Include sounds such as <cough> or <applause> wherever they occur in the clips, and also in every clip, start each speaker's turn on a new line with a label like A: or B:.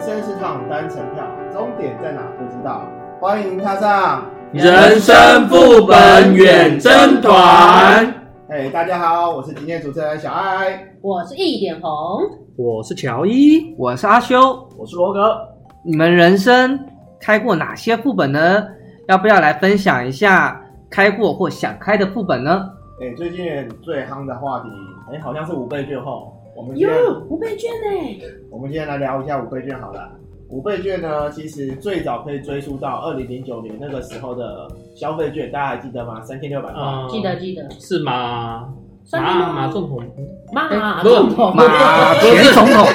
A: 生十场单程票，终点在哪不知道，欢迎踏上。
B: 人生副本远征团，
A: 哎、大家好，我是今天的主持人小爱。
C: 我是一点红，
D: 我是乔伊，
E: 我是阿修，
D: 我是罗哥。
E: 你们人生开过哪些副本呢？要不要来分享一下开过或想开的副本呢？
A: 哎、最近最夯的话题，哎、好像是五倍券后，我们今天
C: 哟，不被卷呢，
A: 我们今天来聊一下五倍券好了。五倍券呢，其实最早可以追溯到二零零九年那个时候的消费券，大家还记得吗？三千六百块。
D: 嗯，
C: 记得记得，
D: 是马
C: 三千
D: 马
C: 六
D: 马总统，
C: 马
D: 哎不是
C: 总统，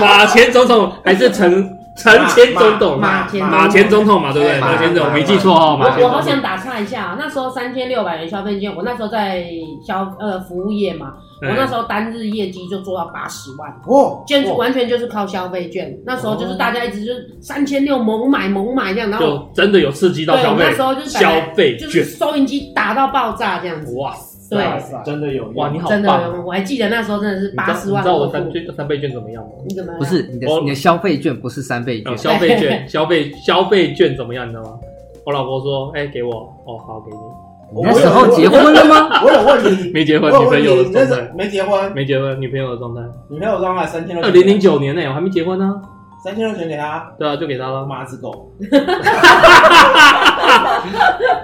E: 马前总统，
D: 马前总统还是陈陈前总统？
C: 马前
D: 马前总统嘛，对不对？
A: 马
D: 马前总统
A: 马
D: 没记错哦，
C: 我
D: 马前
C: 我
D: 总
C: 好
D: 统。
C: 想打岔一下啊，那时候三千六百元消费券，我那时候在消呃服务业嘛，
D: 嗯
C: 我那时候单日业绩就做到八十万，
A: 哦，
C: 就完全就是靠消费券。那时候就是大家一直就是三千六猛买猛买这样，然后
D: 就真的有刺激到
C: 对，
D: 消
C: 我
D: 费
C: 那时候就是本
D: 消
C: 来
D: 费
C: 就是
D: 券，
C: 收银机打到爆炸这样子，
D: 哇
C: 对，
A: 哇塞
D: 真的有哇，你好
C: 真
D: 棒！
C: 的，我还记得那时候真的是
D: 你知道
C: 八十万
D: 你知道
C: 多
D: 我
C: 付，
D: 三券三倍券怎么样吗？
C: 你怎么
E: 不是你的
D: 我
E: 你的消费券不是三倍
D: 呃
E: 券，
D: 消费券，消费消费券怎么样？你知道吗？我老婆说，哎，给我，哦，好，给你。
E: 你那时候结婚了吗？
A: 我有问
D: <laughs>
A: 你，
D: 没结
A: 我
D: 婚，
A: 有
D: 女
A: 问
D: 朋
A: 你，
D: 友
A: 你
D: 的
A: 那
D: 状
A: 是
D: 态，
A: 没结婚，
D: 没结婚，女朋友的状态。
A: 女朋友刚来三千六，
D: 二零零九年呢，我还没结婚呢。
A: 三千六钱给他，
D: 对啊，就给他了。
A: 妈只狗，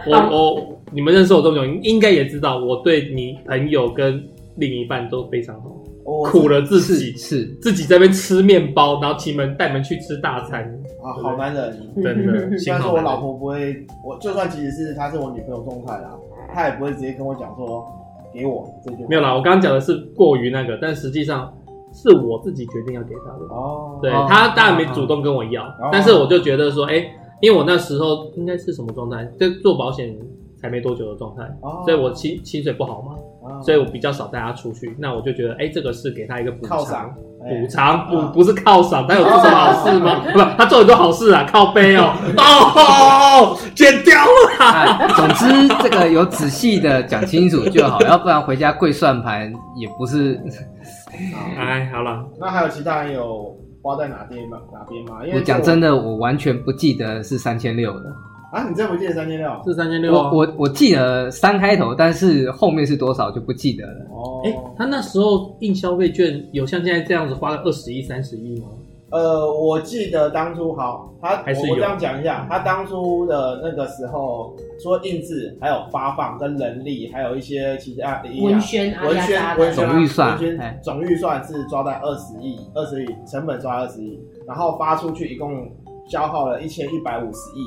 D: 我我你们认识我这么久，应该也知道我对你朋友跟另一半都非常好，
A: 我
D: 苦了自己
E: 是，是，
D: 自己在那边吃面包，然后亲们带你们去吃大餐，
A: 啊，好男人。
D: 真的。
A: 虽
D: <laughs> 幸
A: 然说
D: 好
A: 我老婆不会，我就算其实是她是我女朋友状态啦，她也不会直接跟我讲说给我这句话。
D: 没有啦，我刚刚讲的是过于那个，但实际上是我自己决定要给他的。
A: 哦，
D: 对
E: 哦
D: 他当然没主动跟我要，但是我就觉得说，哎、因为我那时候应该是什么状态，在做保险才没多久的状态，
A: 哦
D: 所以我薪薪水不好嘛，
A: 哦
D: 所以我比较少带他出去。那我就觉得，哎、这个是给他一个补
A: 犒
D: 偿
A: 赏，
D: 补偿
A: 啊
D: 不不是犒赏，他有做什么好事吗？不，他做很多好事啊，靠背 <laughs> 哦，哦，剪掉了。
E: 啊，总之这个有仔细的讲清楚就好，要不然回家跪算盘也不是。
A: 好
D: 哎，好了，
A: 那还有其他人有花在哪边吗？哪边吗？因为
E: 我讲
A: 这
E: 真的，我完全不记得是三千六的，
A: 啊，你真不记得三千六？
D: 是三千六
E: 我
D: 哦。
E: 我我记得三开头，但是后面是多少就不记得了。
A: 哦，
D: 哎、他那时候印消费券有像现在这样子花了二十亿、三十亿吗？
A: 呃，我记得当初好，他
D: 还是
A: 我我
D: 有
A: 这样讲一下，他当初的那个时候，除了印制，还有发放跟人力，还有一些其他的一样
C: 文宣阿
A: 文宣
C: 加扎的
A: 文宣
E: 啊总预算
A: 文宣
E: 哎
A: 总预算是抓在二十亿，二十亿成本抓二十亿，然后发出去一共消耗了一千一百五十亿，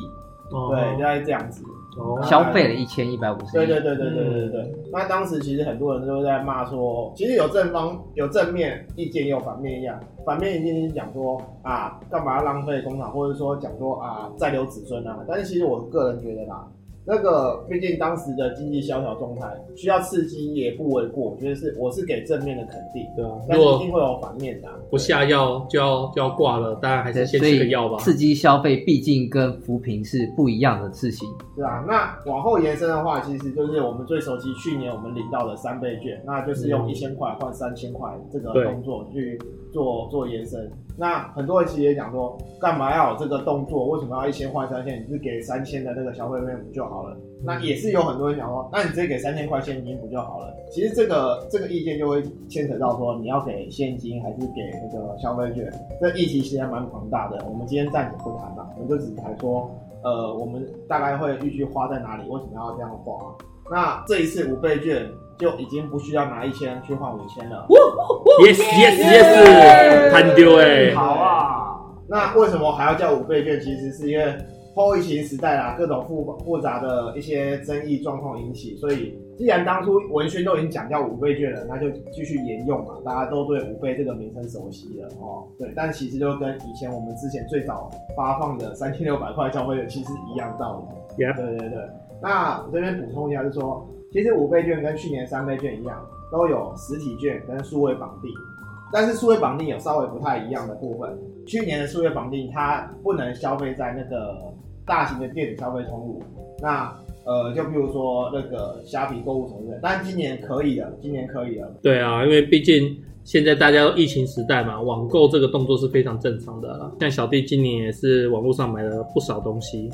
D: 哦
A: 对，大概这样子。
D: 哦
E: 消费了一千一百五十，
A: 对对对对对对对
D: 嗯
A: 对。那当时其实很多人都在骂说，其实有正方有正面意见，也有反面意见。反面意见是讲说啊，干嘛浪费工厂，或者说讲说啊，再留子孙啊。但是其实我个人觉得啦，那个毕竟当时的经济萧条状态，需要刺激也不为过。我觉得是我是给正面的肯定，
D: 对啊，
A: 但
D: 如
A: 是一
D: 果
A: 定会有反面的啊、
D: 不下药就要就要挂了，当然还是
E: 对，
D: 先
E: 所
D: 吃个
E: 以
D: 药吧。
E: 刺激消费毕竟跟扶贫是不一样的事情。
A: 对啊，那往后延伸的话，其实就是我们最熟悉去年我们领到的三倍券，那就是用
D: 嗯
A: 一千块换三千块这个
D: 对
A: 动作去做做延伸。那很多人其实也讲说，干嘛要有这个动作？为什么要一千换三千？你是给三千的那个消费面不就好了？那也是有很多人讲说，那你直接给三千块现金不就好了？其实这个这个意见就会牵扯到说，你要给现金还是给那个消费券？这议题其实还蛮庞大的，我们今天暂且不谈吧，我们就只谈说，呃，我们大概会预计花在哪里，为什么要这样花？那这一次五倍券就已经不需要拿一千去换五千了。
D: yes yes yes，摊丢哎
A: 对，好啊，那为什么还要叫五倍券？其实是因为后疫情时代啦，各种复复杂的一些争议状况引起，所以既然当初文宣都已经讲叫五倍券了，那就继续沿用嘛，大家都对五倍这个名称熟悉了哦。对，但其实就跟以前我们之前最早发放的三千六百块消费券其实一样道理。
D: Yep
A: 对对对，那我这边补充一下，就是说，其实五倍券跟去年三倍券一样，都有实体券跟数位绑定。但是数位绑定有稍微不太一样的部分。去年的数位绑定它不能消费在那个大型的电子消费通路，那呃，就比如说那个虾皮购物城的，但今年可以了，今年可以了。
D: 对啊，因为毕竟现在大家都疫情时代嘛，网购这个动作是非常正常的啦。像小弟今年也是网络上买了不少东西，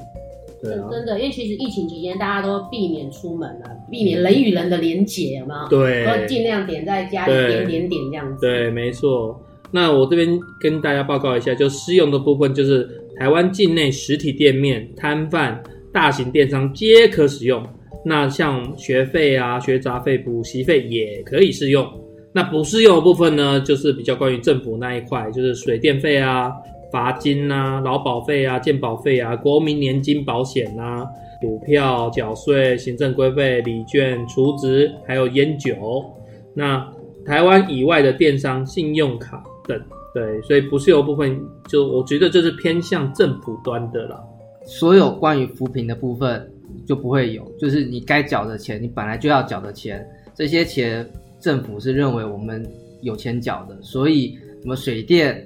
D: 对啊，
C: 真的，因为其实疫情期间大家都避免出门了、避免人与人的连结，有没有？都
D: 嗯对
C: 尽量点在家里
D: 对
C: 点点点这样子。
D: 对，没错。那我这边跟大家报告一下，就适用的部分就是台湾境内实体店面、摊贩、大型电商皆可使用。那像学费啊、学杂费、补习费也可以适用。那不适用的部分呢，就是比较关于政府那一块，就是水电费啊、罚金啊、劳保费啊、健保费啊、国民年金保险啊、股票缴税、行政规费、礼券、储值，还有烟酒。那台湾以外的电商、信用卡等，对，所以不是有部分，就我觉得这是偏向政府端的啦。
E: 所有关于扶贫的部分就不会有，就是你该缴的钱，你本来就要缴的钱，这些钱政府是认为我们有钱缴的，所以什么水电、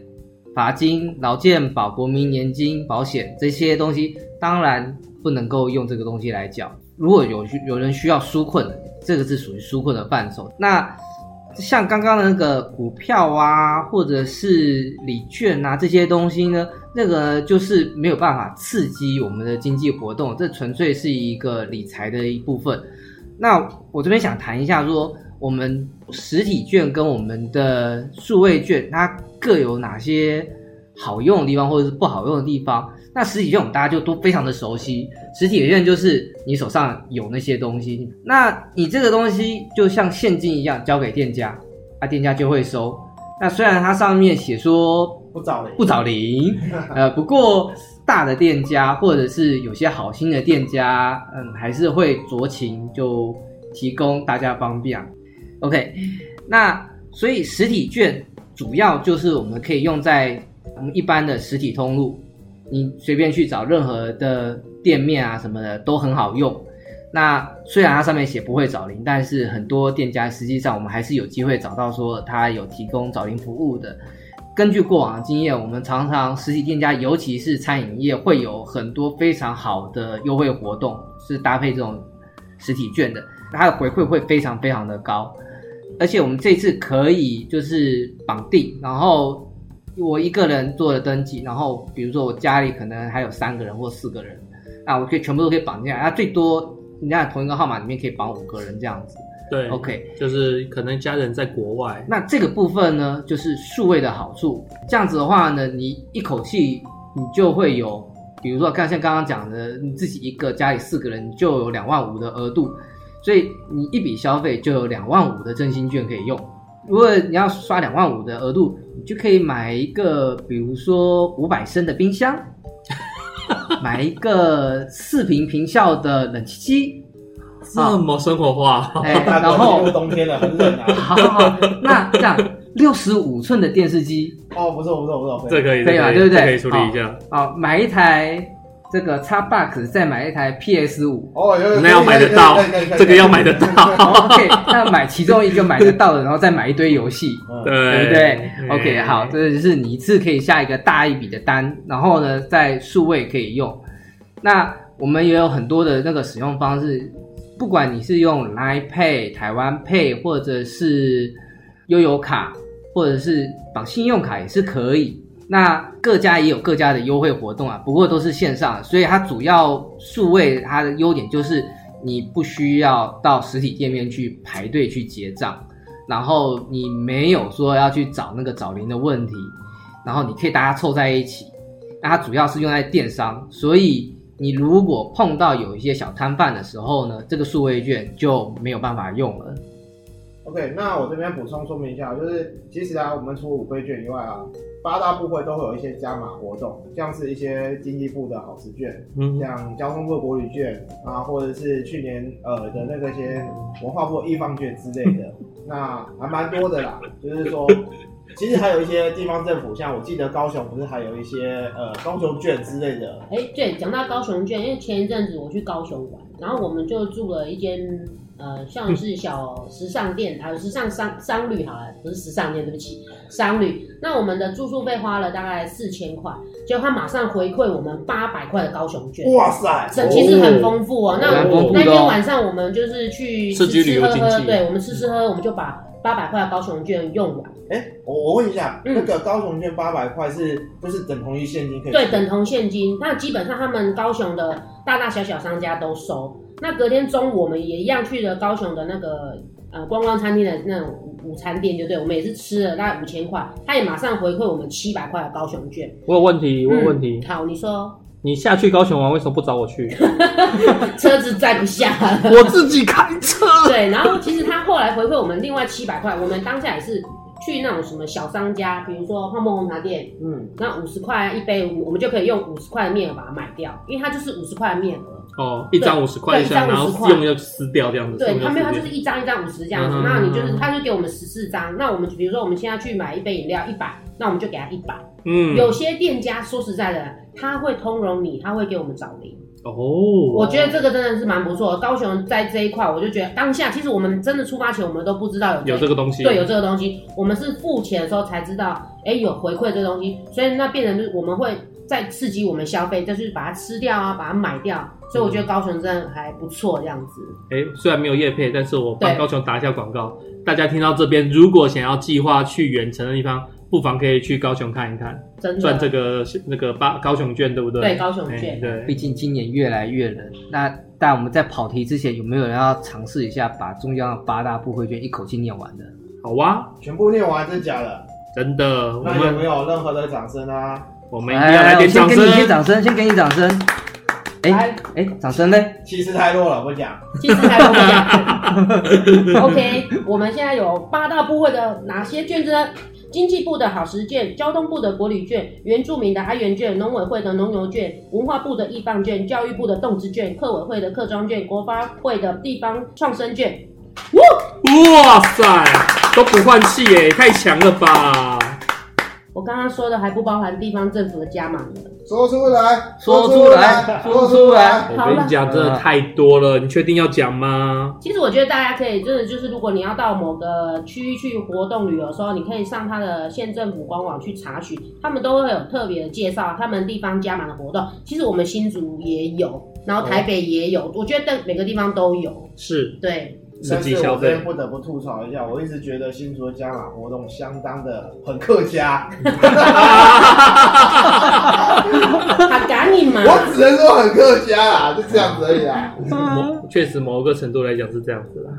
E: 罚金、劳健保、国民年金、保险这些东西，当然不能够用这个东西来缴。如果有需有人需要纾困的，这个是属于纾困的范畴。那像刚刚的那个股票啊，或者是礼券啊这些东西呢，那个就是没有办法刺激我们的经济活动，这纯粹是一个理财的一部分。那我这边想谈一下说，我们实体券跟我们的数位券，它各有哪些好用的地方，或者是不好用的地方？那实体券我们大家就都非常的熟悉，实体券就是你手上有那些东西，那你这个东西就像现金一样交给店家，啊，店家就会收。那虽然它上面写说
A: 不找了，
E: 不找零，呃，不过大的店家或者是有些好心的店家，嗯，还是会酌情就提供大家方便啊。OK，那所以实体券主要就是我们可以用在我们一般的实体通路，你随便去找任何的店面啊什么的都很好用。那虽然它上面写不会找零，但是很多店家实际上我们还是有机会找到说它有提供找零服务的。根据过往的经验，我们常常实体店家，尤其是餐饮业，会有很多非常好的优惠活动，是搭配这种实体券的，它的回馈会非常非常的高。而且我们这次可以就是绑定，然后我一个人做了登记，然后比如说我家里可能还有三个人或四个人，啊，我可以全部都可以绑进来，啊，最多你看同一个号码里面可以绑五个人这样子。
D: 对
E: OK，
D: 就是可能家人在国外，
E: 那这个部分呢，就是数位的好处。这样子的话呢，你一口气你就会有，比如说刚像刚刚讲的，你自己一个家里四个人你就有两万五的额度，所以你一笔消费就有两万五的振兴券可以用。如果你要刷两万五的额度，你就可以买一个，比如说五百升的冰箱，买一个四瓶平效的冷气机，
D: 这么生活化，
E: 哎，
A: 哦大
E: 然
A: 哥
E: 后
A: 进入冬天了，很冷啊。
E: 好好好，那这样六十五寸的电视机
A: 哦，不错不错不错，。
D: 这可以，啊
E: 可以吧
D: 这
E: 对不对
D: 这可以处理一下。
E: 啊，买一台这个 Xbox，再买一台 PS 五
A: <laughs>
E: 哦
A: 哦，有有
D: 那要买得到
A: 可以可以可以可以可以
D: 这个要买得到，
E: OK，那买其中一个买得到的，然后再买一堆游戏，
A: 嗯
E: 对
D: <laughs> 对嗯
E: 不对？OK，好，这就是你一次可以下一个大一笔的单，然后呢，在数位可以用。那我们也有很多的那个使用方式，不管你是用 Line Pay、台湾 Pay，或者是悠游卡，或者是绑信用卡也是可以。那各家也有各家的优惠活动啊，不过都是线上，所以它主要数位它的优点就是你不需要到实体店面去排队去结账，然后你没有说要去找那个找零的问题，然后你可以大家凑在一起。那它主要是用在电商，所以你如果碰到有一些小摊贩的时候呢，这个数位券就没有办法用了。
D: 嗯
A: OK，那我这边补充说明一下，就是其实啊，我们除了五倍券以外啊，八大部会都会有一些加码活动，像是一些经济部的好食券，
D: 嗯，
A: 像交通部的国旅券啊，或者是去年呃的那个些文化部的易放券之类的，那还蛮多的啦。就是说，其实还有一些地方政府，像我记得高雄不是还有一些呃高雄券之类的，
C: 哎，对，讲到高雄券，因为前一阵子我去高雄玩，然后我们就住了一间呃，像是小时尚店，还有时尚商商旅好了，不是时尚店，对不起，商旅。那我们的住宿费花了大概四千块，结果他马上回馈我们八百块的高雄券。
A: 哇塞，
C: 这其实很丰富哦。那
E: 蛮丰
C: 我
E: 富的
C: 那
E: 哦
C: 天晚上我们就是去
D: 市
C: 吃
D: 区旅
C: 吃
D: 游
C: 喝
D: 经济
C: 喝，对我们吃吃喝，喝，我们就把八百块的高雄券用完，
A: 哎，我我问一下，
C: 嗯
A: 那个高雄券八百块是就是等同于现金可以？
C: 对，等同现金。那基本上他们高雄的大大小小商家都收。那隔天中午我们也一样去了高雄的那个呃观光餐厅的那种午午餐店，就对，我们也是吃了大概五千块，他也马上回馈我们七百块的高雄券。
D: 我有问题，我有问题
C: 嗯。好，你说 <laughs>
D: 你下去高雄玩，为什么不找我去？
C: 车子载不下了。
D: 我自己开车。
C: 对，然后其实他后来回馈我们另外七百块，我们当下也是去那种什么小商家，比如说泡沫红茶店，
A: 嗯，
C: 那五十块一杯，我们就可以用五十块的面额把它买掉，因为它就是五十块的面额。
D: <laughs> 哦，一张五十块
C: 对
D: 一下，
C: 一张
D: 然
C: 50
D: 后
C: 块
D: 用就撕掉这样子。
C: 对，他
D: 它
C: 没有，他就是一张一张五十这样子。
D: 嗯
C: 那你就是，他就给我们十四张。那我们比如说我们现在去买一杯饮料一百，那我们就给他一百。
D: 嗯
C: 有些店家说实在的，他会通融你，他会给我们找零。
D: 哦，
C: 我觉得这个真的是蛮不错的。高雄在这一块，我就觉得当下其实我们真的出发前，我们都不知道
D: 有
C: 有
D: 这个东西。
C: 对，有这个东西，我们是付钱的时候才知道，哎，有回馈这个东西，所以那变成就是我们会再刺激我们消费，就是把它吃掉啊，把它买掉。所以我觉
D: 嗯
C: 得高雄真的还不错，这样子。
D: 哎、虽然没有业配，但是我帮
C: 对
D: 高雄打一下广告。大家听到这边，如果想要计划去远程的地方，不妨可以去高雄看一看，
C: 真的
D: 赚这个那个八高雄券，对不对？
C: 对高雄
D: 哎
C: 券
E: 毕
D: 对，
E: 竟今年越来越冷，那但我们在跑题之前，有没有人要尝试一下把中央的八大部会券一口气念完的？
D: 好哇、
A: 全部念完是假的，
D: 真的，我
A: 那有
D: 们
A: 没有任何的掌声啊？
D: 我们一定要来
E: 哎我
D: 点
E: 先
D: 掌
E: 给
D: 声
E: 你一。些掌声，先给你掌声。哎
C: 来
E: 哎，掌声嘞！
A: 其实太弱了，我讲，
C: 其实还不一样。OK，我们现在有八大部会的哪些卷子呢？经济部的好食券、交通部的国旅券、原住民的阿元券、农委会的农游券、文化部的艺棒券、教育部的动植券、客委会的客庄券、国发会的地方创生券。
D: 哇塞，都不换气耶，太强了吧！
C: 我刚刚说的还不包含地方政府的加码呢。
A: 说出来，
E: 说出来
A: 说
E: 说出
A: 出
E: 来
A: 来。
D: 我跟你讲，真
E: 嗯
D: 的太多了，你确定要讲吗？
C: 其实我觉得大家可以真的就是，如果你要到某个区域去活动旅游的时候，你可以上他的县政府官网去查询，他们都会有特别的介绍他们地方加码的活动。其实我们新竹也有，然后台北也有，我觉得每个地方都有。
D: 是
C: 对，
D: 实
A: 但是
D: 际消
A: 我这边
D: 费，
A: 不得不吐槽一下，我一直觉得新竹的加码活动相当的很客家， <laughs>
C: 他赶你嘛？
A: 我只能说很客家啦，就这样子而已啦。
D: 某确实某个程度来讲是这样子啦。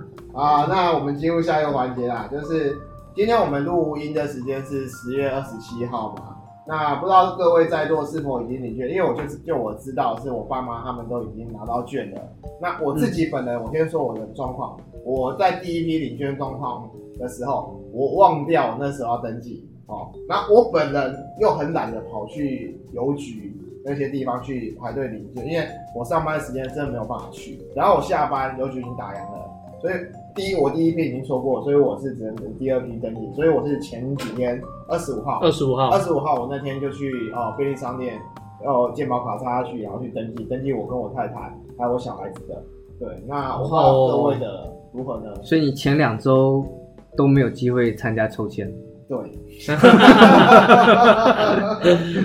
A: 啊，那我们进入下一个环节啦，就是今天我们录音的时间是十月二十七号嘛。那不知道各位在座是否已经领券？因为我就是就我知道，是我爸妈他们都已经拿到券了。那我自己本人，我先说我的状况。我在第一批领券状况的时候，我忘掉我那时候要登记哦。那我本人又很懒得跑去邮局那些地方去排队领券，因为我上班时间真的没有办法去。然后我下班邮局已经打烊了，所以第一我第一批已经错过，所以我是只能等第二批登记，所以我是前几天二十五号，
D: 二十五号
C: 哦
A: 二，十五号我那天就去哦便利商店，哦健保卡插下去，然后去登记，登记我跟我太太还有我小孩子的。对，那我不知道各位的如何呢？
E: 所以你前两周都没有机会参加抽签，
A: 对，
D: 哦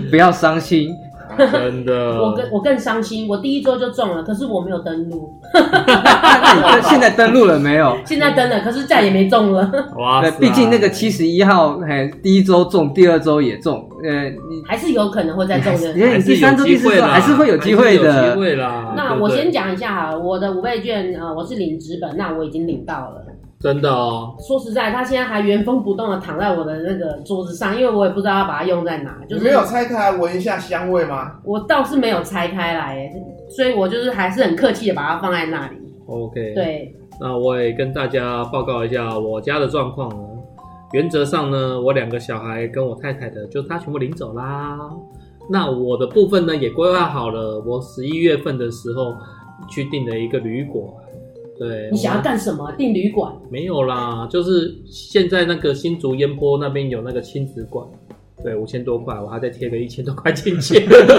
E: 不要伤心。
D: <laughs> 真的，
C: 我更我更伤心，我第一周就中了，可是我没有登录，
E: 那现在登录了没有？
C: 现在登了，可是再也没中了，
D: 哇
E: 对
D: 塞，，
E: 毕竟那个七十一号，哎，第一周中，第二周也中，呃，你
C: 还是有可能会再
E: <laughs>
C: 中的。
E: 你看
D: 还
E: 你
D: 是
E: 第
D: 有
E: 三周、第
D: 机
E: 四
D: 会
E: 周
D: 啦，
E: 还是会有机会
D: 还是有机
E: 的。
D: 会啦。
C: 那
D: 对不
C: 我
D: 对
C: 先讲一下哈，我的五倍券呃，我是领纸本，那我已经领到了。
D: 真的哦，
C: 说实在，它现在还原封不动的躺在我的那个桌子上，因为我也不知道要把它用在哪，
A: <laughs>
C: 就
A: 你
C: 是
A: 没有拆开来闻一下香味吗？
C: 我倒是没有拆开来，哎所以我就是还是很客气的把它放在那里。
D: OK，，
C: 对，
D: 那我也跟大家报告一下我家的状况呢。原则上呢，我两个小孩跟我太太的，就他全部领走啦。那我的部分呢，也规划好了，我十一月份的时候去订了一个旅馆。对，
C: 你想
D: 我
C: 要干什么？订旅馆？
D: 没有啦，就是现在那个新竹烟波那边有那个亲子馆，对，五千多块，我还再贴个一千多块进去。 <laughs>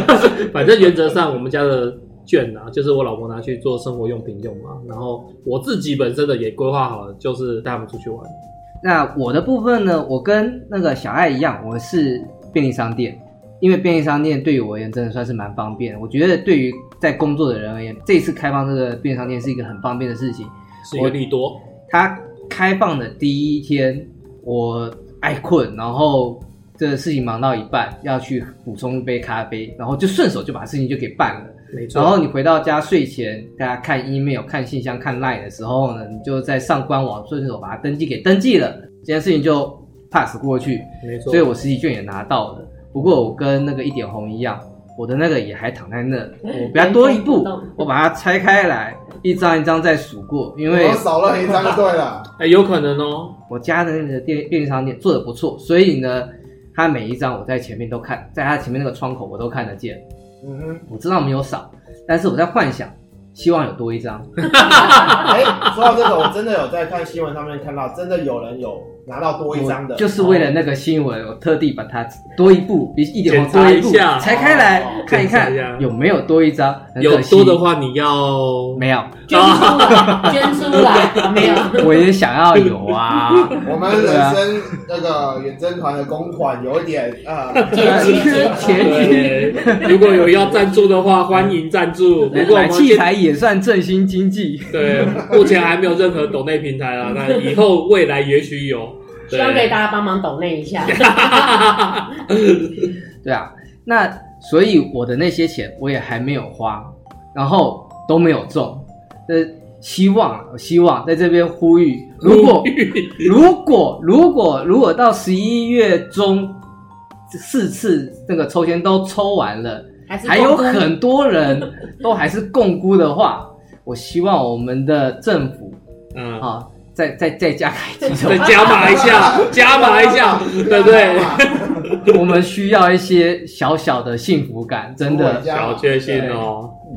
D: 反正原则上我们家的券啊，就是我老婆拿去做生活用品用嘛，然后我自己本身的也规划好了，就是带他们出去玩。
E: 那我的部分呢，我跟那个小爱一样，我是便利商店，因为便利商店对于我而言真的算是蛮方便的。我觉得对于在工作的人而言，这一次开放这个便利商店是一个很方便的事情。
D: 是一个利多，
E: 它开放的第一天，我爱困，然后这事情忙到一半，要去补充一杯咖啡，然后就顺手就把事情就给办了。
D: 没错。
E: 然后你回到家睡前，大家看 email、看信箱、看 line 的时候呢，你就在上官网顺手把它登记给登记了，这件事情就 pass 过去。
D: 没错，
E: 所以我实习券也拿到了。不过我跟那个一点红一样，我的那个也还躺在那，
C: 哎
E: 我比他多一步，我把它拆开来，一张一张再数过，因为
A: 我少了一张就对
D: <laughs>
A: 了。
D: 哎、有可能哦。
E: 我家的那个电便利商店做的不错，所以呢，它每一张我在前面都看，在它前面那个窗口我都看得见，
A: 嗯哼，
E: 我知道没有少，但是我在幻想，希望有多一张。
A: 哎、说到这个，我真的有在看新闻上面看到，真的有人有拿到多一张的，
E: 就是为了那个新闻，我特地把它多一步，比一点红多
D: 检查一
E: 步
D: 下
E: 拆开来
A: 哦
E: 看一
D: 检查一下
E: 看有没有多一张，很
D: 有
E: 可惜
D: 多的话，你要
E: 没有。
C: 捐出
E: <laughs>
C: 来，捐出来，没有。
E: 我也想要有
D: <laughs>
E: 啊，
A: 我们人生那个远征团的公款有一点啊，
E: 前期 <laughs> 前期
D: 对， <laughs> 如果有要赞助的话，欢迎赞助。不过我
E: 买
D: 们
E: 器
D: 现
E: 材也算振兴经济。
D: 对目前还没有任何抖内平
C: <laughs>
D: 台啦，那以后未来也许有。
C: 希望可以
D: 对，
C: 大家帮忙抖那一下。
E: 对啊，那所以我的那些钱我也还没有花，然后都没有中。呃，希望啊希望在这边呼吁，如果如果如果如果到十一月中四次那个抽签都抽完了，
C: <laughs> 还是
E: 还有
C: 公公
E: 很多人都还是共估的话，我希望我们的政府
D: 嗯，
E: 啊，再再再加开几种
D: 再， <laughs> 加码
C: <laughs>
D: 一下， <laughs> 加码一
A: <laughs>
D: 下，对不对？
E: 我们需要一些小小的幸福感，真的。
D: 小确幸哦，
F: 嗯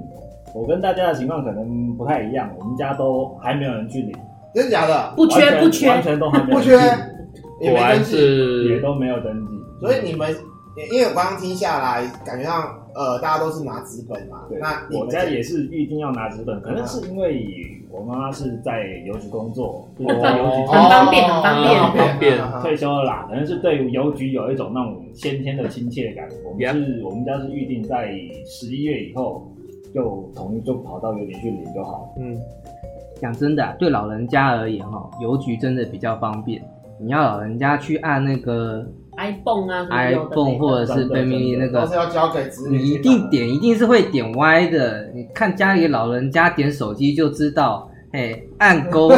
F: 我跟大家的情况可能不太一样，我们家都还没有人去领，
A: 真假的
C: 不
F: 完
C: 缺
F: 全
C: 不
F: 完
C: 缺，
F: 全都还没
A: 不
F: 有人去
A: 缺
F: 领，
A: 也没
D: 果
A: 登
D: 然
A: 记，
F: 也
D: 是
F: 都没有登记，
A: 所以你们因为我刚刚听下来，感觉上呃大家都是拿纸本嘛，
F: 对，
A: 那你
F: 我
A: 们
F: 家也是一定要拿纸本，可能是因为我妈妈是在邮局工作，就是在邮局
A: 哦
C: 很方便很方便
D: 哦方便
F: 退休了啦，可能是对邮局有一种那种先天的亲切感。我们是我们家是预定在十一月以后就统一就跑到邮局去领就好。
D: 嗯，
E: 讲真的啊、对老人家而言哈、邮局真的比较方便。你要老人家去按那个
C: iPhone 啊什么有的
E: iPhone
C: 没的
E: 或者是
F: 真的
E: 被命令那
A: 都
E: 个
A: 是，要交给子女
E: 你
A: 去
E: 一
A: 打
E: 定点一定是会点歪的。你看家里老人家点手机就知道，哎，按勾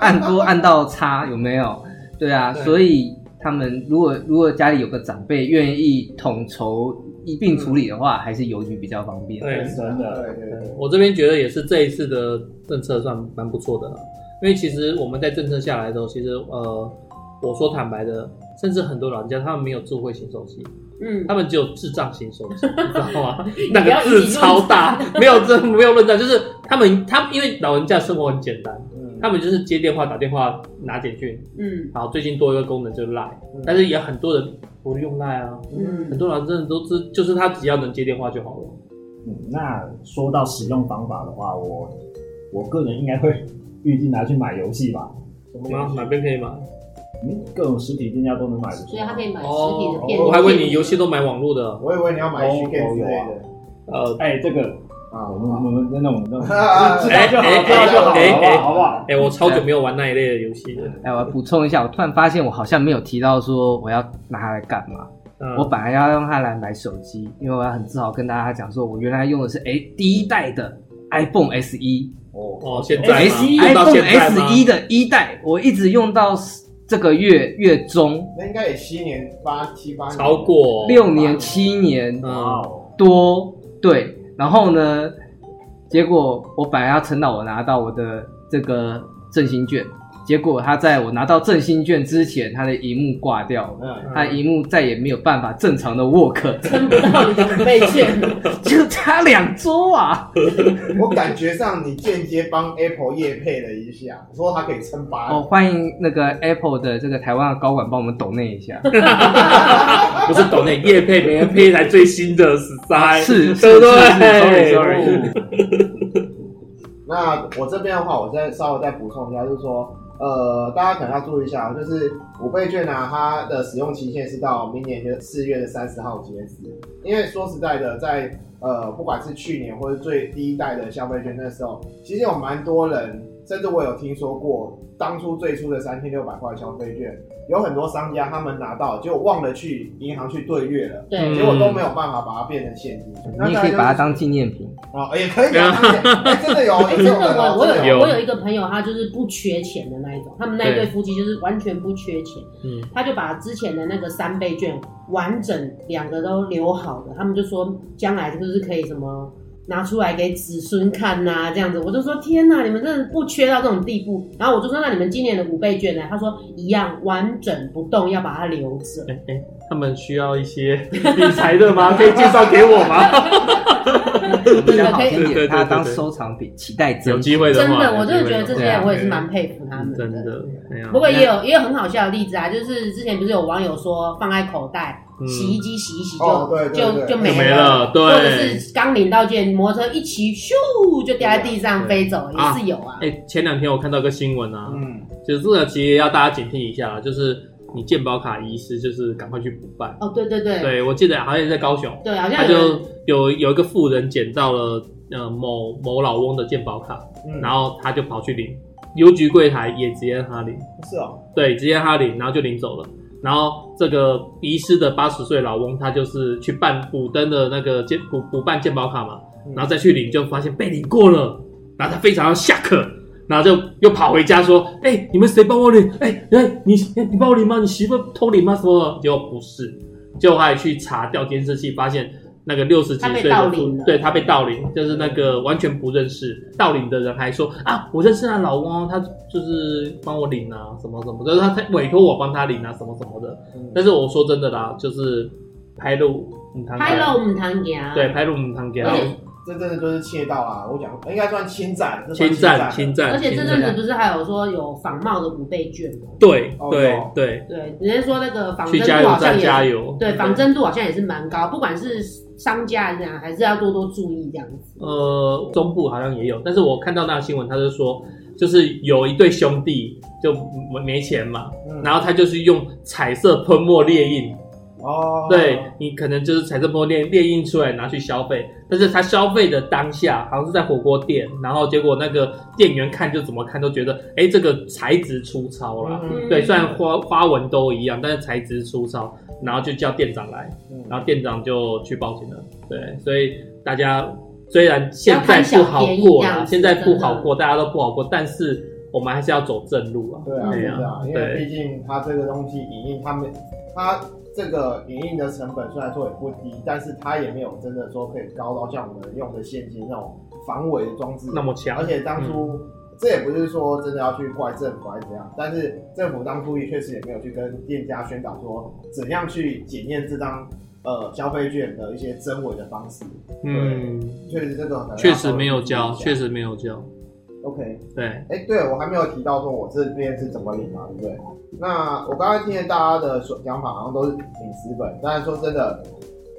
E: 按勾按到叉有没有？对啊，
D: 对
E: 所以他们如果如果家里有个长辈愿意统筹一并处理的话，还是邮局比较方便。
D: 对。
F: 真的
A: 对对对。
D: 我这边觉得也是这一次的政策算蛮不错的了，因为其实我们在政策下来的时候，其实呃，我说坦白的，甚至很多老人家他们没有智慧型手机，
C: 嗯，
D: 他们只有智障型手机，你知
C: <laughs>
D: 道吗？那
C: 不
D: 个
C: 要
D: 字
C: 一起
D: 超
C: 论
D: 大，没有真没有论战，就是他们他们因为老人家生活很简单，
A: 嗯
D: 他们就是接电话、打电话、拿简讯，
C: 嗯
D: 然后最近多一个功能就是 Line，
A: 嗯
D: 但是也很多人不用 Line 啊，很
C: 嗯，
D: 多老人真的都知，就是他只要能接电话就好了。
F: 嗯，那说到使用方法的话，我我个人应该会预计拿去买游戏吧。
D: 我们哪边可以买？
F: 嗯，各种实体店家都能买得
C: 所以
D: 哦
C: 他可
F: 以。
C: 以买实体的片。
D: 我还以为你游戏都买网络的，
A: 我以为你要买
F: 哦
A: G Game 之类
F: 哦
A: 的
D: 呃，
F: 哎，这个
A: 啊
F: 我们我们那种
D: <laughs>
F: 那种，
A: 啊
F: <laughs> 知道就好，知道就好，好不好？好不好？
D: 哎哎、我超久没有玩那一类的游戏了。
E: 哎，我补充一下，我突然发现我好像没有提到说我要拿它来干嘛。
D: 嗯，
C: 哦
E: 我本来要用它来买手机，因为我要很自豪跟大家讲说，我原来用的是哎第一代的 iPhone SE，
D: 哦，现在吗
F: SE
C: E，
E: SE
D: 用到
E: E， iPhone
D: 现在吗
E: SE 的一代，我一直用到这个月月中，
A: 那应该也七年八七八年
D: 超过
E: 六年七年
D: 嗯，
F: 哇哦，
E: 多，对。然后呢，结果我本来要撑到我拿到我的这个振兴券，结果它在我拿到振兴券之前，它的荧幕挂掉了。
A: 嗯
E: 它荧幕再也没有办法正常的
D: <laughs>
E: work，
C: 撑不到你准备券，
E: 就差两周啊！
A: <laughs> 我感觉上你间接帮 Apple 业配了一下，说它可以撑八
E: 哦，
A: 年，
E: 欢迎那个 Apple 的这个台湾的高管帮我们抖那一下，
D: 不是懂那叶配，别人配一台最新的十三，
E: 是是是
D: 对不哎
E: 是
D: 对哦
E: ，sorry sorry，
A: 那我这边的话，我再稍微再补充一下，就是说，呃，大家可能要注意一下，啊就是五倍券啊，它的使用期限是到明年的四月的三十号截止。因为说实在的，在呃，不管是去年或者最第一代的消费券那时候，其实有蛮多人。甚至我有听说过，当初最初的三千六百块消费券，有很多商家他们拿到就忘了去银行去对月了，
C: 对，
A: 结果都没有办法把它变成现金。那
E: 你也
A: 当然
E: 可以
A: 就
E: 把它
A: 是
E: 当纪念品。
A: 哦，也可以
D: <laughs>
A: 啊，哎真
C: <laughs>
A: 的有，
C: 哎真的，我我
A: 真的
C: 有
D: 有
C: 我有一个朋友，他就是不缺钱的那一种，他们那一对
D: 对
C: 夫妻就是完全不缺钱，
D: 嗯，
C: 他就把之前的那个三倍券完整两个都留好了，他们就说将来就是可以什么拿出来给子孙看呐、这样子。我就说天哪，你们真的不缺到这种地步。然后我就说那你们今年的五倍券呢？他说一样完整不动，要把它留着。
D: 哎哎，他们需要一些理财的吗？可以介绍给我吗？
E: 比较好听
D: 对对对对
E: 点，它当收藏品，期待增
D: <laughs> 有机会
C: 真
D: 话，
C: 的，我真的觉得这
E: 对
C: 些
E: 啊
C: 我也是蛮佩服他们
D: 真的。哎呀
C: 不过也有也有很好笑的例子啊，就是之前不是有网友说放在口袋，
D: 嗯
C: 洗衣机洗一洗就、
A: 哦对对
C: 就
A: 对
C: 就
A: 就
C: 没
D: 就没了，
C: 或者
D: 对。
C: 是刚领到件摩托车一骑咻就掉在地上
D: 对
C: 飞走，也
D: 啊
C: 是有啊。
D: 哎，前两天我看到一个新闻啊， <laughs>
A: 嗯，
D: 就是这个其实要大家警惕一下啦，就是你健保卡遗失，就是赶快去补办。
C: 哦，对对对
D: 对我记得好像也在高雄，
C: 对好
D: 他
C: 像有
D: 就
C: 人
D: 有有一个富人捡到了呃某某老翁的健保卡，
A: 嗯
D: 然后他就跑去领，邮局柜台也直接让他领，
A: 是哦，
D: 对，直接让他领，然后就领走了。然后这个遗失的八十岁老翁，他就是去办补登的那个健补补办健保卡嘛，
A: 嗯
D: 然后再去领，就发现被领过了，然后他非常的下课，然后就又跑回家说：“哎、你们谁帮我领？哎、哎，你哎你帮我领吗？你媳妇偷领吗？什么的？”结果不是，结果还去查调监视器，发现那个六十几
C: 他被
D: 岁
C: 盗
D: 的
C: 领
D: 妇
C: 了，
D: 对他被盗领，就是那个完全不认识盗领的人还说啊，我认识那老翁，他就是帮我领啊，什么什么，就是他他委托我帮他领啊，什么什么的。
A: 嗯
D: 但是我说真的啦，就是拍路母汤，
C: 拍了我们堂给啊，
D: 对，拍路母汤给他
C: 而且
A: 这真的就是窃盗啊！我讲应该算侵占，啊这算
D: 侵占侵占，
C: 而且这
D: 侵
C: 阵
D: 占
C: 子不是还有说有仿冒的五倍券吗？
D: 对
A: 哦
D: 对
A: 有
D: 对，
C: 对，人家说那啊个仿
D: 去
C: 真
D: 加
C: 度
D: 油
C: 好像
D: 站
C: 也
D: 加油，
C: 对仿真度好像也是蛮高，不管是商家还是怎样，还是要多多注意这样子。
D: 呃，中部好像也有，但是我看到那个新闻，他就说，就是有一对兄弟就没没钱嘛，
A: 嗯
D: 然后他就是用彩色喷墨列印，
A: 哦，
D: 对你可能就是彩色喷墨列列印出来拿去消费，但是他消费的当下好像是在火锅店，然后结果那个店员看就怎么看都觉得，哎，这个材质粗糙啦，
A: 嗯
D: 对，虽然花花纹都一样，但是材质粗糙，然后就叫店长来，
A: 嗯
D: 然后店长就去报警了。对，所以大家虽然现
C: 不要
D: 在
C: 贪小
D: 不好
C: 便宜
D: 过
C: 这
D: 啦，
C: 样子
D: 现在不好
C: 真的
D: 过，大家都不好过，但是我们还是要走正路啊。
A: 对啊，
D: 对
A: 对
D: 啊
A: 啊，因为
D: 对
A: 毕竟它这个东西影印，他们它这个影印的成本虽然说也不低，但是它也没有真的说可以高到像我们用的现金那种防伪的装置
D: 那么强
A: 而，且当初、
D: 嗯
A: 这也不是说真的要去怪政府还是怎样，但是政府当初也确实也没有去跟店家宣导说怎样去检验这张呃消费券的一些真伪的方式，
D: 嗯，
A: 确实这个可能要
D: 确实没有
A: 稍
D: 交，
A: 微注意
D: 确
A: 一下。
D: 实没有交。
A: OK，
D: 对，
A: 哎，对我还没有提到说我这边是怎么领嘛，对不对？那我刚才听了大家的所讲法，好像都是领十本，但是说真的，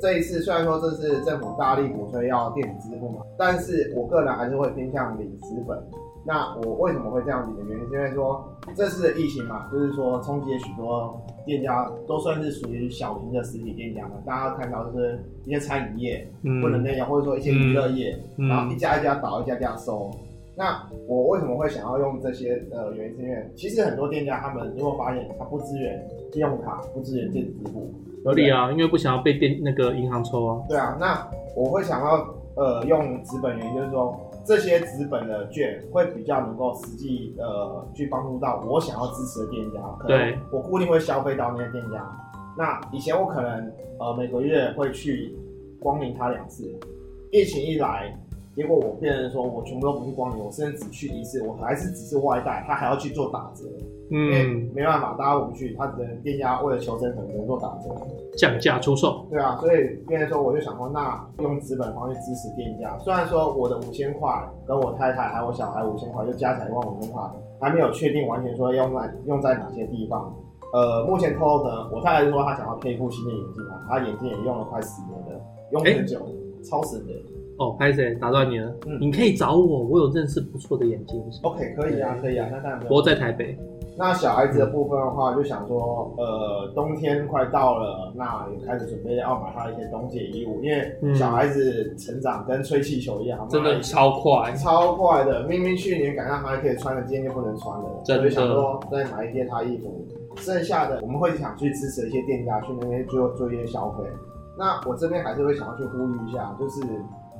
A: 这一次虽然说这是政府大力鼓吹要电子支付嘛，但是我个人还是会偏向领十本。那我为什么会这样子的原因，是因为说这次的疫情嘛，就是说冲击了许多店家，都算是属于小型的实体店家嘛。大家看到就是一些餐饮业不能
D: 嗯
A: 内销，或者说一些娱乐业，然后一
D: 嗯
A: 家一家倒，一家一家收。那我为什么会想要用这些？呃，原因是因为其实很多店家他们如果发现他不支援信用卡，不支援电子支付，
D: 合理啊，因为不想要被电那个银行抽啊。
A: 对啊，那我会想要呃用纸本原因就是说，这些纸本的券会比较能够实际呃去帮助到我想要支持的店家，可能
D: 对
A: 我固定会消费到那些店家。那以前我可能呃每个月会去光临他两次，疫情一来，结果我变成说我全部都不去光临，我甚至只去一次，我还是只是外带，他还要去做打折，因为
D: 嗯，
A: 没办法，大家不去，他只能店家为了求生存只能做打折。
D: 降价出售。
A: 对啊，所以变成说，我就想说，那用资本方去支持店家。虽然说我的五千块跟我太太还有我小孩五千块，就加起来一万五千块，还没有确定完全说用在用在哪些地方。呃，目前 Coco 呢，我太太说她想要配一副新的眼镜啊，她眼镜也用了快十年了，用很久，超神的。
D: 哦，拍谁打断你了？
A: 嗯
D: 你可以找我，我有认识不错的眼镜师，
A: OK，可以啊，可以啊，那当然没有
D: 我在台北。
A: 那小孩子的部分的话，就想说，呃，冬天快到了，那也开始准备要买他一些冬季衣物，因为小孩子成长跟吹气球一样，
D: 嗯真
A: 妈
D: 的超快，
A: 超快的。明明去年赶上他可以穿的，今天就不能穿了，
D: 真
A: 所
D: 的
A: 以想说再买一些他衣服。剩下的我们会想去支持一些店家去那边做做一些消费。那我这边还是会想要去呼吁一下，就是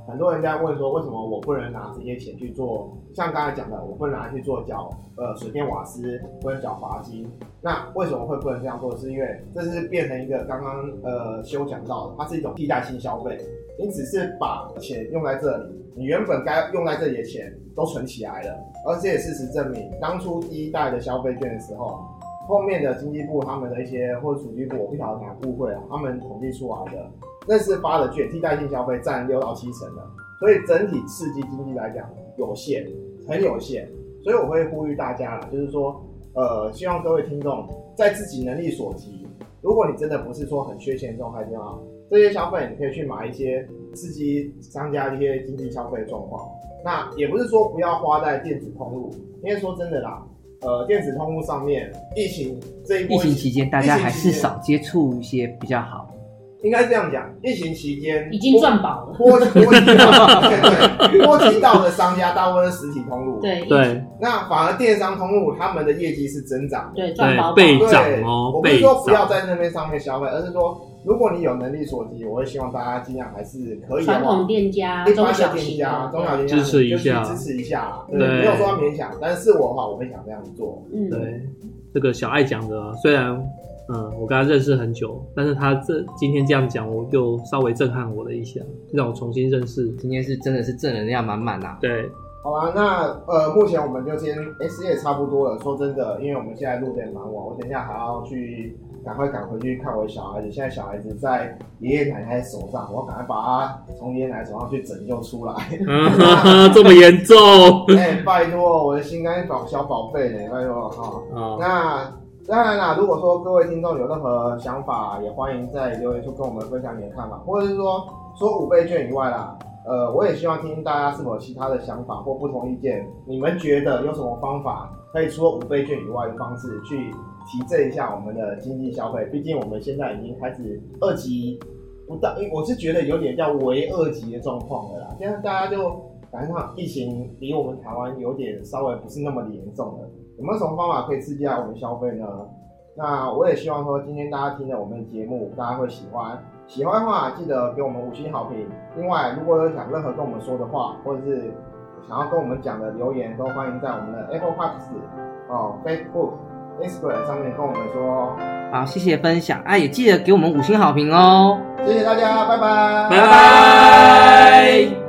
A: 很多人在问说，为什么我不能拿这些钱去做？像刚才讲的，我不能拿去做缴呃水电瓦斯，不能缴罚金。那为什么会不能这样做？是因为这是变成一个刚刚呃修讲到的，它是一种替代性消费。你只是把钱用在这里，你原本该用在这里的钱都存起来了，而且事实证明，当初第一代的消费券的时候，后面的经济部他们的一些或者主计部，我不晓得哪部会啊，他们统计出来的那是发的券替代性消费占六到七成的，所以整体刺激经济来讲有限，很有限。所以我会呼吁大家啦，就是说，呃，希望各位听众在自己能力所及，如果你真的不是说很缺钱的状态下，这些消费你可以去买一些刺激商家一些经济消费的状况。那也不是说不要花在电子通路，因为说真的啦，呃，电子通路上面疫情这一波
E: 疫情期间大家还是
A: 疫情期间
E: 少接触一些比较好。
A: 应该这样讲，疫情期间
C: 已经赚饱了。
D: <laughs>
A: 波波及到对对波及到的商家大部分是实体通路，，
C: 对
D: 对
A: 那反而电商通路他们的业绩是增长的。
C: 对，赚饱
D: 对，
C: 饱。
D: 倍涨
A: 对，
D: 哦
A: 我，不是
D: 倍
A: 说不要
D: 涨。
A: 在那边上面消费，而是说如果你有能力所及，我会希望大家尽量还是可以的话
C: 传统店家、
A: 一
C: 中
A: 般的
C: 小
A: 店
C: 型
A: 家、
C: 的
A: 中小型
D: 支持一下
A: 就去支持一下啦。对，
D: 对
A: 没有说要勉强，但是我的话，我会想这样做。
C: 嗯，
D: 对，这个小爱讲的，啊虽然嗯，我跟他认识很久，但是他这今天这样讲，我又稍微震撼我了一下，让我重新认识。
E: 今天是真的是正能量满满啊呐、
D: 对，
A: 好啦，那呃，目前我们就先，哎、时间也差不多了。说真的，因为我们现在录的也蛮晚，我等一下还要去赶快赶回去看我的小孩子。现在小孩子在爷爷奶奶手上，我要赶快把他从爷爷奶奶手上去拯救出来。 <laughs>
D: 啊，这么严 <laughs> 重
A: 哎、拜托，我的心肝宝小宝贝呢，拜托哈。
D: 啊！
A: 那当然啦，如果说各位听众有任何想法，也欢迎在留言处跟我们分享你的看法，或者是说说五倍券以外啦，呃，我也希望听听大家是否有其他的想法或不同意见，你们觉得有什么方法可以除了五倍券以外的方式去提振一下我们的经济消费？毕竟我们现在已经开始二级不到，因为我是觉得有点叫为二级的状况了啦，现在大家就。赶上疫情离我们台湾有点稍微不是那么的严重了，有没有什么方法可以刺激到我们消费呢？那我也希望说，今天大家听了我们的节目，大家会喜欢。喜欢的话，记得给我们五星好评。另外，如果有想任何跟我们说的话，或者是想要跟我们讲的留言，都欢迎在我们的 Apple Podcast、哦 Facebook、Instagram 上面跟我们说哦。
E: 好，谢谢分享，啊，也记得给我们五星好评哦。
A: 谢谢大家，拜拜，
D: 拜拜。